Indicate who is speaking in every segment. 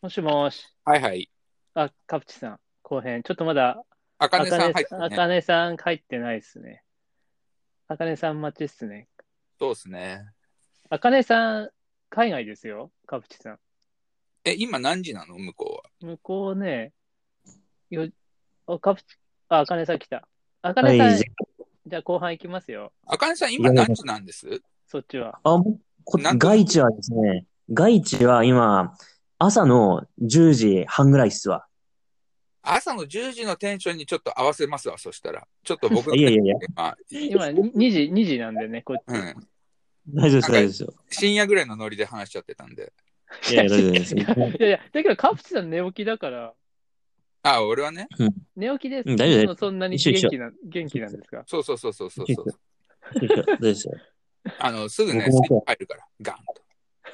Speaker 1: もしもし。
Speaker 2: はいはい。
Speaker 1: あ、カプチさん、後編。ちょっとまだ、
Speaker 2: あかねさん入って
Speaker 1: あ
Speaker 2: たね。
Speaker 1: かねさん入ってないですね。あかねさん待ちっすね。
Speaker 2: そうですね。
Speaker 1: あかねさん、海外ですよ、カプチさん。
Speaker 2: え、今何時なの向こう
Speaker 1: 向こうね、よ、あ、カプチ、あ、あかねさん来た。あか
Speaker 3: は
Speaker 1: ねさん、
Speaker 3: い、じ
Speaker 1: じゃあ後半行きますよ、
Speaker 2: は。あかねさん今何時なんです
Speaker 1: そっちは。
Speaker 3: ゃあ、こ
Speaker 2: なん
Speaker 3: 外地はですね、外地は今、朝の10時半ぐらいっすわ。
Speaker 2: 朝の10時のテンションにちょっと合わせますわ、そしたら。ちょっと僕の
Speaker 3: いやいやいや、
Speaker 2: まあ
Speaker 1: 今、に2時、2時なんでね、こっち。
Speaker 2: うん、
Speaker 3: 大丈夫です、大丈夫
Speaker 2: 深夜ぐらいのノリで話しちゃってたんで。
Speaker 3: ですよ。いやいや、大丈夫です。
Speaker 1: いやいやいや、だけどカプチさん寝起きだから、
Speaker 2: あ、俺はね。
Speaker 1: 寝起きです。
Speaker 3: うん大丈夫
Speaker 1: いつもそんなに
Speaker 3: 一緒一
Speaker 1: 元
Speaker 3: 緒
Speaker 1: 気な、元気なんですか
Speaker 2: そうそうそうそうそうそう。
Speaker 3: 大丈夫です。
Speaker 2: あの、すぐね、スイ
Speaker 3: 僕も
Speaker 2: ッチ入るから、ガンと。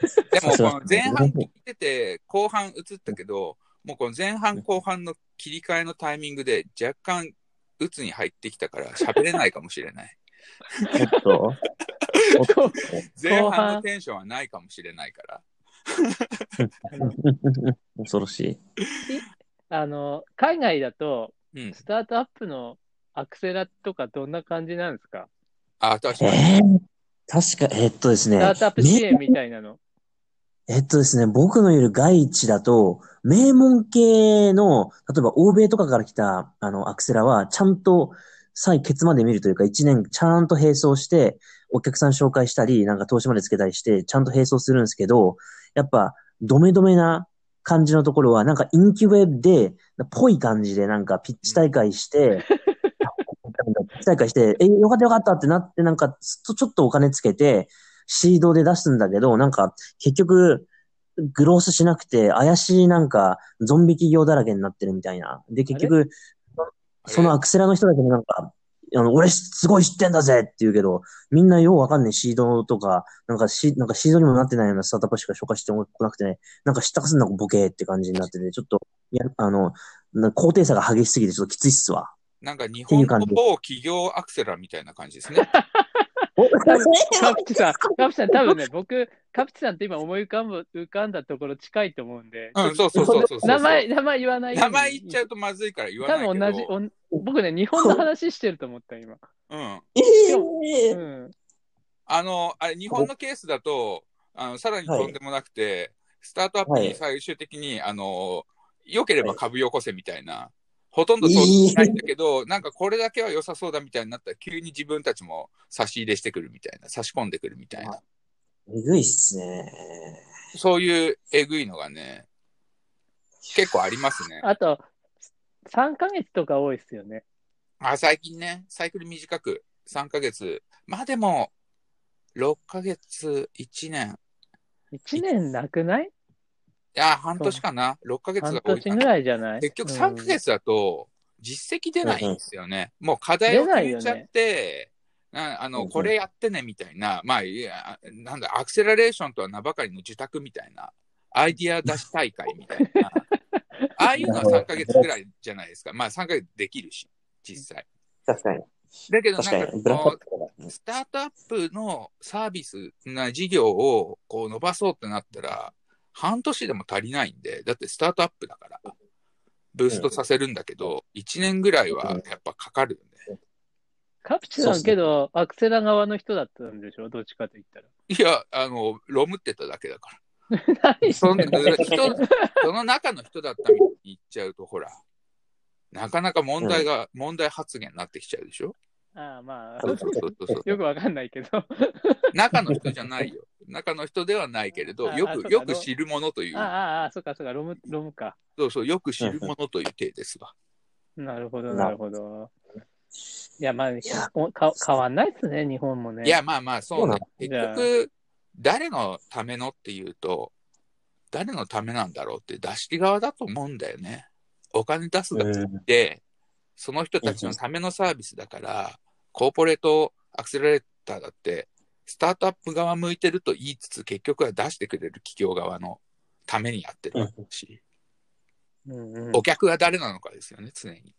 Speaker 2: でも、この前半聞いてて、後半映ったけど、もうこの前半後半の切り替えのタイミングで若干、鬱に入ってきたから喋れないかもしれない。
Speaker 3: ちょっと、
Speaker 1: 後
Speaker 2: 前半のテンションはないかもしれないから。
Speaker 3: 恐ろしい。
Speaker 1: あの、海外だと、
Speaker 2: うん。
Speaker 1: スタートアップのアクセラとかどんな感じなんですか、
Speaker 2: あ、確かに。
Speaker 3: えー、確か、えーっとですね
Speaker 1: スタートアップ支援みたいなの。
Speaker 3: えっとですね、僕のいる外地だと、名門系の、例えば欧米とかから来た、あの、アクセラは、ちゃんと、最結まで見るというか、一年ちゃんと並走して、お客さん紹介したり、なんか投資までつけたりして、ちゃんと並走するんですけど、やっぱ、ドメドメな感じのところは、なんかインキュベで、ぽい感じで、なんかピッチ大会して、ピッチ大会して、え、よかったよかったってなって、なんか、ずっとちょっとお金つけて、シードで出すんだけど、なんか、結局、グロースしなくて、怪しいなんか、ゾンビ企業だらけになってるみたいな。で、結局、そのアクセラの人だけもなんか、あの、俺すごい知ってんだぜって言うけど、みんなようわかんねえシードとか、なんかシなんかシードにもなってないようなスタートアップしか紹介してこなくてね、なんか知ったかすんなボケって感じになってて、ちょっと、いや、あの、なんか高低差が激しすぎてちょっときついっすわ。
Speaker 2: なんか日本
Speaker 3: っていう感
Speaker 2: の
Speaker 3: じ
Speaker 2: 某企業アクセラみたいな感じですね。
Speaker 1: カプチさん、カプチさん、多分ね、僕、カプチさんって今思い浮かぶ浮かんだところ近いと思うんで、
Speaker 2: うん、そうそうそうそうそう そう。
Speaker 1: 名前、名前言わないよう
Speaker 2: 名
Speaker 1: に
Speaker 2: 前言っちゃうとまずいから言わ
Speaker 1: 多
Speaker 2: ないけど。
Speaker 1: 分同じ、おん僕ね、日本の話してると思った、今。
Speaker 2: うん。
Speaker 3: え
Speaker 1: う
Speaker 3: ー
Speaker 1: ん。
Speaker 2: あの、あれ、日本のケースだと、あのさらにとんでもなくて、スタートアップに最終的に、あの、良ければ株よこせみたいな、ほとんどそうしないんだけど、なんかこれだけは良さそうだみたいになったら、急に自分たちも差し入れしてくるみたいな、差し込んでくるみたいな、
Speaker 3: えぐいっすね。
Speaker 2: そういうえぐいのがね、結構ありますね。
Speaker 1: あと、3ヶ月とか多いっすよね。
Speaker 2: あ、最近ね、サイクル短く、3ヶ月。まあでも、6ヶ月、1年。
Speaker 1: 1年なくない
Speaker 2: いや、半年かな。6ヶ月
Speaker 1: 半
Speaker 2: が多い
Speaker 1: 年
Speaker 2: か
Speaker 1: ぐ
Speaker 2: な。
Speaker 1: らいじゃない
Speaker 2: 結局
Speaker 1: うん
Speaker 2: 3ヶ月だと、実績出ないんですよね。もう課題を
Speaker 1: 出ない
Speaker 2: 決
Speaker 1: よね
Speaker 2: めちゃって、なあ
Speaker 3: うん
Speaker 2: の、
Speaker 3: うん
Speaker 2: これやってね、みたいな。まあ、いや、なんだ、アクセラレーションとは名ばかりの受託みたいな。アイディア出し大会みたいな。ああいうのは3ヶ月ぐらいじゃないですか。まあ3ヶ月できるし、実際。
Speaker 3: 確かに。
Speaker 2: だけどなん
Speaker 3: 確か
Speaker 2: か
Speaker 3: に。ブラック
Speaker 2: こ
Speaker 3: ア
Speaker 2: う
Speaker 3: ッ、プとかだ
Speaker 2: スタートアップのサービスな事業をこう伸ばそうってなったら、半年でも足りないんで、だってスタートアップだから、ブーストさせるんだけど、1年ぐらいはやっぱかかるよね。
Speaker 1: カプチ
Speaker 3: そ
Speaker 1: さ
Speaker 3: うっ
Speaker 1: ん
Speaker 3: すね
Speaker 1: けど、アクセラ側の人だったんでしょどっちかと言った
Speaker 2: いや、あの、ロムってただけだから
Speaker 1: 何。して
Speaker 2: そ
Speaker 1: ん
Speaker 2: ん
Speaker 1: の。
Speaker 2: 人その中の人だったみたいに言っちゃうと、ほら、なかなか問題が、問題発言になってきちゃうでしょ
Speaker 1: ああ、まあ、
Speaker 2: そうそうそうそう。
Speaker 1: よくわかんないけど。あ
Speaker 2: 中の人じゃないよ。中の人ではないけれど、
Speaker 1: あ
Speaker 2: よ
Speaker 1: あそうか
Speaker 2: く、よく知るものとい
Speaker 1: あ、
Speaker 2: う、
Speaker 1: ああ、そっかそっか、ロム、ロムか。
Speaker 2: そうそう、よく知るものという体ですわ。
Speaker 1: なるほど、
Speaker 3: な
Speaker 1: なるほど。いや、まあ、おか変わんないっすね、日本もね。
Speaker 2: いや、まあまあ、そう
Speaker 1: そ
Speaker 2: ね。
Speaker 1: う
Speaker 2: 結
Speaker 1: なの
Speaker 2: 局、誰のためのっていうと、誰のためなんだろうって出し手側だと思うんだよね。お金出すだ
Speaker 3: うん
Speaker 2: って、その人たちのためのサービスだから、コーポレートアクセラレーターだって、スタートアップ側向いてると言いつつ、結局は出してくれる企業側のためにやってるわけだし、
Speaker 1: うんうん
Speaker 2: お客が誰なのかですよね、常に。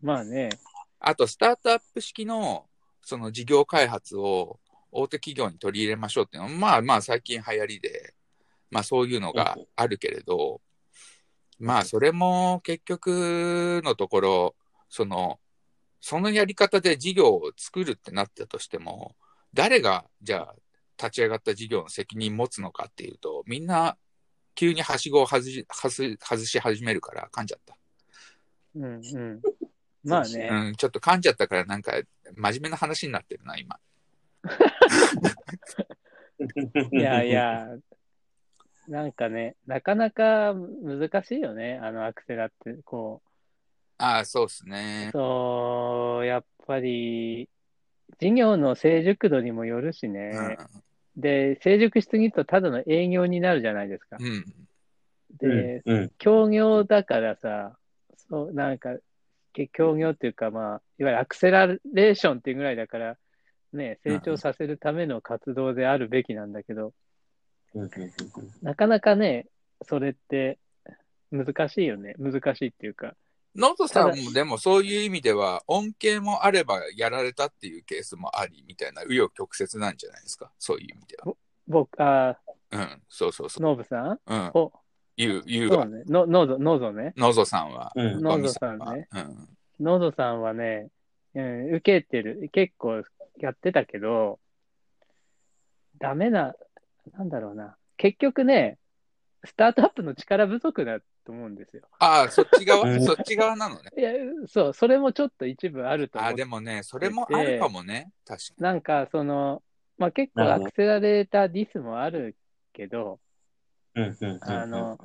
Speaker 1: まあね。
Speaker 2: あと、スタートアップ式の、その事業開発を大手企業に取り入れましょうっていうのは、まあまあ最近流行りで、まあそういうのがあるけれど、まあ、それも結局のところ、その、そのやり方で事業を作るってなったとしても、誰が、じゃあ、立ち上がった事業の責任持つのかっていうと、みんな、急にはしごを外し、外し外し始めるから、噛んじゃった。
Speaker 1: うんうん。 まあね。
Speaker 2: うん、ちょっと噛んじゃったから、なんか、真面目な話になってるな、今。
Speaker 1: いやい。や、なんかね、なかなか難しいよね、あのアクセラって、こ
Speaker 2: ああ、そうです
Speaker 1: う、
Speaker 2: ね。
Speaker 1: そう、やっぱり、事業の成熟度にもよるし
Speaker 2: う
Speaker 1: ね
Speaker 2: ん。。
Speaker 1: で、成熟しすぎるとただの営業になるじゃないですか。
Speaker 2: うん。
Speaker 1: で、
Speaker 3: うんうん。
Speaker 1: 協業だからさ、そう、なんか、け協業っていうか、まあ、いわゆるアクセラレーションっていうぐらいだから、ね、成長させるための活動であるべきなんだけど、
Speaker 3: うんうん
Speaker 1: なかなかね、それって難しいよね。難しいっていうか。
Speaker 2: ノートさん
Speaker 1: た
Speaker 2: もでもそういう意味では、恩恵もあればやられたっていうケースもあり、みたいな、紆余曲折なんじゃないですか。そういう意味で
Speaker 1: 僕、あ
Speaker 2: は。うん、そうそうそう。
Speaker 1: ノブさん
Speaker 2: うん、
Speaker 1: お、
Speaker 2: 言う、言う
Speaker 1: そう
Speaker 2: わ。
Speaker 1: ね。のノーゾ、ノーゾね。
Speaker 2: ノゾさんは。
Speaker 3: うん
Speaker 1: ノーゾさん
Speaker 2: ゴミ
Speaker 1: ね。
Speaker 2: さんはうん。
Speaker 1: ノーゾさんはね、うん、受けてる。結構やってたけど、ダメな、なんだろうな。結局ね、スタートアップの力不足だと思うんですよ。
Speaker 2: ああ、そっち
Speaker 3: う
Speaker 2: 側、
Speaker 3: ん
Speaker 2: そっち側なのね。
Speaker 1: いや、そう、それもちょっと一部あると
Speaker 2: あ
Speaker 1: 思
Speaker 2: あ、
Speaker 1: う
Speaker 2: でもね、それもあるかもね。確か
Speaker 1: なんかその、まあ、結構
Speaker 3: なる
Speaker 1: ア
Speaker 3: ほど
Speaker 1: クセラレーターディスもあるけど、
Speaker 3: うんうん。
Speaker 1: あの、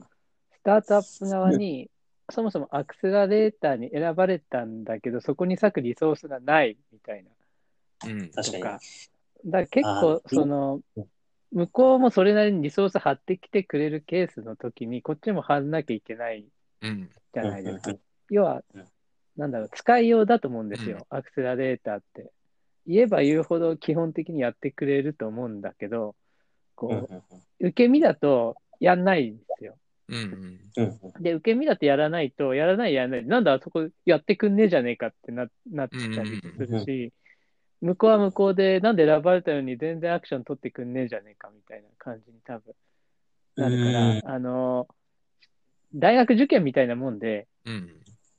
Speaker 1: スタートアップ側に、そもそもアクセラレーターに選ばれたんだけど、そこに割くリソースがないみたいな
Speaker 2: に。うん。
Speaker 1: と
Speaker 3: 確か
Speaker 1: か。
Speaker 3: に。
Speaker 1: だから結構、
Speaker 3: あー
Speaker 1: その
Speaker 3: うん、
Speaker 1: 向こうもそれなりにリソース張ってきてくれるケースの時に、こっちも張んなきゃいけない
Speaker 2: うん。
Speaker 1: じゃないですか
Speaker 3: うん。
Speaker 1: 要は
Speaker 3: うん、
Speaker 1: なんだろう、使いようだと思うんですよ、アクセラレーターって。言えば言うほど基本的にやってくれると思うんだけど、こう、
Speaker 3: うんうん
Speaker 1: 受け身だとやんないんですよ。
Speaker 2: うんうん。
Speaker 3: うん
Speaker 1: で、受け身だとやらないと、やらないやらない、なんだあそこやってくんねえじゃねえかってななっちゃりするし、向こうは向こうで、なんで選ばれたのに全然アクション取ってくんねえじゃねえかみたいな感じに多分なるから、あの、大学受験みたいなもんで、
Speaker 2: うん。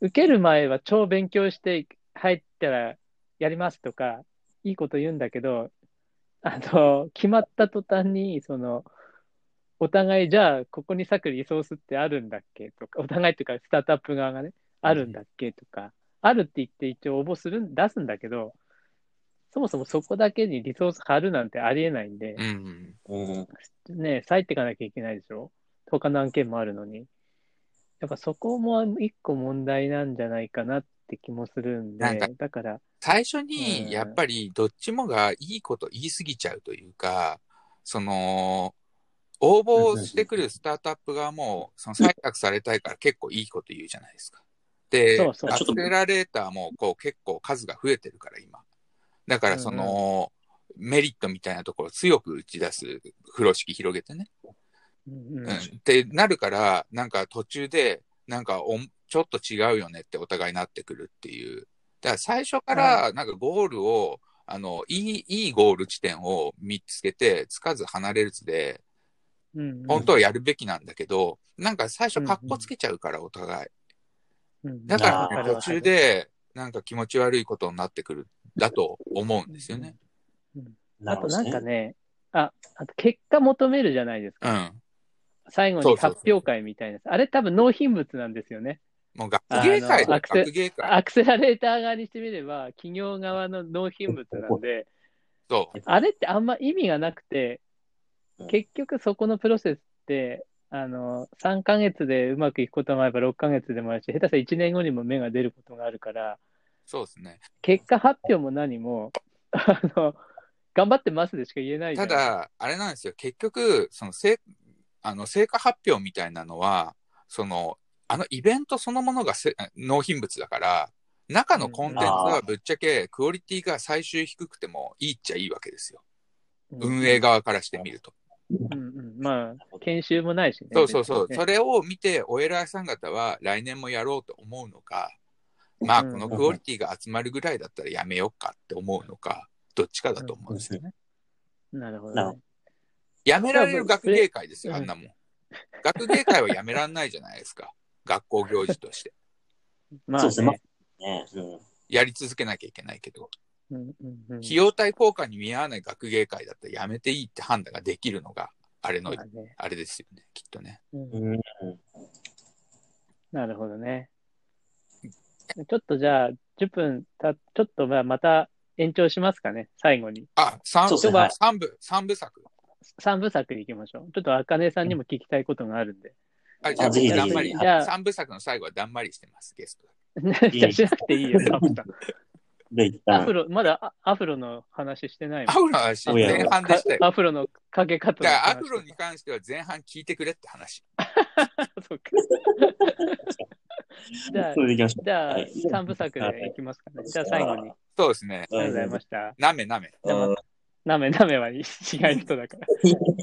Speaker 1: 受ける前は超勉強して入ったらやりますとか、いいこと言うんだけど、あの、決まった途端に、その、お互いじゃあ、ここに割くリソースってあるんだっけとか、お互いっていうか、スタートアップ側がね、あるんだっけとか、あるって言って一応応募するん、出すんだけど、そもそもそこだけにリソース貼るなんてありえないんで
Speaker 2: う、ん。
Speaker 3: うん
Speaker 1: ね、割いていかなきゃいけないでしょ他の案件もあるのに。やっぱそこも一個問題なんじゃないかなって気もするんで、
Speaker 2: なんか
Speaker 1: だから、
Speaker 2: 最初
Speaker 1: うん
Speaker 2: に、やっぱり、どっちもがいいこと言い過ぎちゃうというか、その、応募をしてくるスタートアップ側も、その採択されたいから結構いいこと言うじゃないですか。で、
Speaker 1: そうそう
Speaker 2: アクセラレーターもこう結構数が増えてるから今。だからその、メリットみたいなところを強く打ち出す風呂敷広げてね。
Speaker 1: うんうん
Speaker 2: うん、ってなるから、なんか途中で、なんかおんちょっと違うよねってお互いなってくるっていう。だから最初から、なんかゴールを、あの、いい、いいゴール地点を見つけて、つかず離れるつで、
Speaker 1: うん
Speaker 2: 本当はやるべきなんだけど、なんか最初格好つけちゃうから、お互い。
Speaker 1: うん
Speaker 2: だ
Speaker 3: あ
Speaker 2: から、
Speaker 3: ー
Speaker 2: 途中、で、なんか気持ち悪いことになってくる、だと思うんですよね。
Speaker 1: あ
Speaker 3: なる
Speaker 1: と
Speaker 3: ほ
Speaker 1: な
Speaker 3: ど
Speaker 1: んか
Speaker 3: ね。
Speaker 1: ね、あ、あと結果求めるじゃないです
Speaker 2: う
Speaker 1: か。
Speaker 2: ん。
Speaker 1: 最後
Speaker 2: そう
Speaker 1: に
Speaker 2: そうそう
Speaker 1: 発表会みたいな。あれ多分納品物なんですよね。
Speaker 2: もう学芸会
Speaker 1: あのア
Speaker 2: だ、
Speaker 1: クセ
Speaker 2: 学芸会。
Speaker 1: アクセラレーター側にしてみれば、企業側の納品物なんで、
Speaker 2: そ
Speaker 1: あれってあんま意味がなくて
Speaker 3: うん、
Speaker 1: 結局そこのプロセスって、あの、3ヶ月でうまくいくこともあれば6ヶ月でもあるし、下手したら1年後にも芽が出ることがあるから、
Speaker 2: う、そうですね。
Speaker 1: 結果発表も何も、あの、頑張ってますでしか言えないじゃ
Speaker 2: た
Speaker 1: ん、
Speaker 2: だ、あれなんですよ、結局、その成あの成果発表みたいなのは、そのあのイベントそのものがせ納品物だから、中のコンテンツはぶっちゃけクオリティが最終低くてもいいっちゃいいわけですよ。
Speaker 1: うん、
Speaker 2: 運営側からしてみると。
Speaker 1: うんうん。まあ、研修もないしね。
Speaker 2: そうそうそう。
Speaker 1: 別に
Speaker 2: そ
Speaker 1: ね
Speaker 2: れを見て、お偉いさん方は来年もやろうと思うのか、まあ、このクオリティが集まるぐらいだったらやめようかって思うのか、どっちかだと思うんですよね。
Speaker 1: なるほ
Speaker 3: なる
Speaker 1: ど、
Speaker 3: ほ
Speaker 1: ね。
Speaker 2: やめられる学芸会ですよ、
Speaker 1: う
Speaker 2: あ
Speaker 1: ん
Speaker 2: んなもん。学芸会はやめらんないじゃないですか。 学校行事として。
Speaker 1: まあ、
Speaker 3: そうですね。まあねうん
Speaker 2: やり続けなきゃいけないけど、
Speaker 1: うんうんうん
Speaker 2: 費用対効果に見合わない学芸会だったらやめていいって判断ができるのが、あれの、
Speaker 1: まあね
Speaker 2: あれですよね、きっとね。
Speaker 1: うん
Speaker 3: うん
Speaker 1: なるほどね。ちょっとじゃあ、10分た、ちょっとまあまた延長しますかね、最後に。
Speaker 2: あ、三
Speaker 3: そう
Speaker 1: ですね
Speaker 2: まあ
Speaker 1: はい
Speaker 2: 三部、三部作。
Speaker 1: 3部作に行きましょう。ちょっと、あかねさんにも聞きたいことがあるんで。
Speaker 2: あ、じゃあ
Speaker 3: あぜ
Speaker 2: 僕
Speaker 3: ひぜひ
Speaker 2: だんまり、
Speaker 1: じゃあ
Speaker 2: 三部作の最後はだんまりしてます、ゲスト。
Speaker 1: じゃあしなくていいよ、サブさん。
Speaker 3: で、一
Speaker 1: ア
Speaker 3: 旦
Speaker 1: フ。ロ、まだあアフロの話してないもん
Speaker 2: アフロの話、
Speaker 3: おや
Speaker 2: 前半でしたよ。
Speaker 1: アフロのかけ方
Speaker 2: だ
Speaker 1: の
Speaker 2: か
Speaker 1: 話
Speaker 2: らアフロに関しては前半聞いてくれって話。
Speaker 1: そうか じゃあ
Speaker 3: そ、れでいきましょ
Speaker 1: じゃあ
Speaker 3: はい、
Speaker 1: 3部作でいきますかね。じゃあ、最後に。
Speaker 2: そうですね。
Speaker 3: う。
Speaker 1: ありがとうございま
Speaker 3: し
Speaker 1: した。
Speaker 2: なめなめ。
Speaker 1: じゃあまたなめなめは違う人 だから。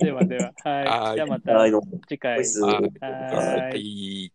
Speaker 1: ではでは。
Speaker 2: は
Speaker 1: はいい。じゃあまた
Speaker 3: はい、どうも。
Speaker 1: 次回。
Speaker 3: です
Speaker 2: はい
Speaker 1: はーい
Speaker 2: はい。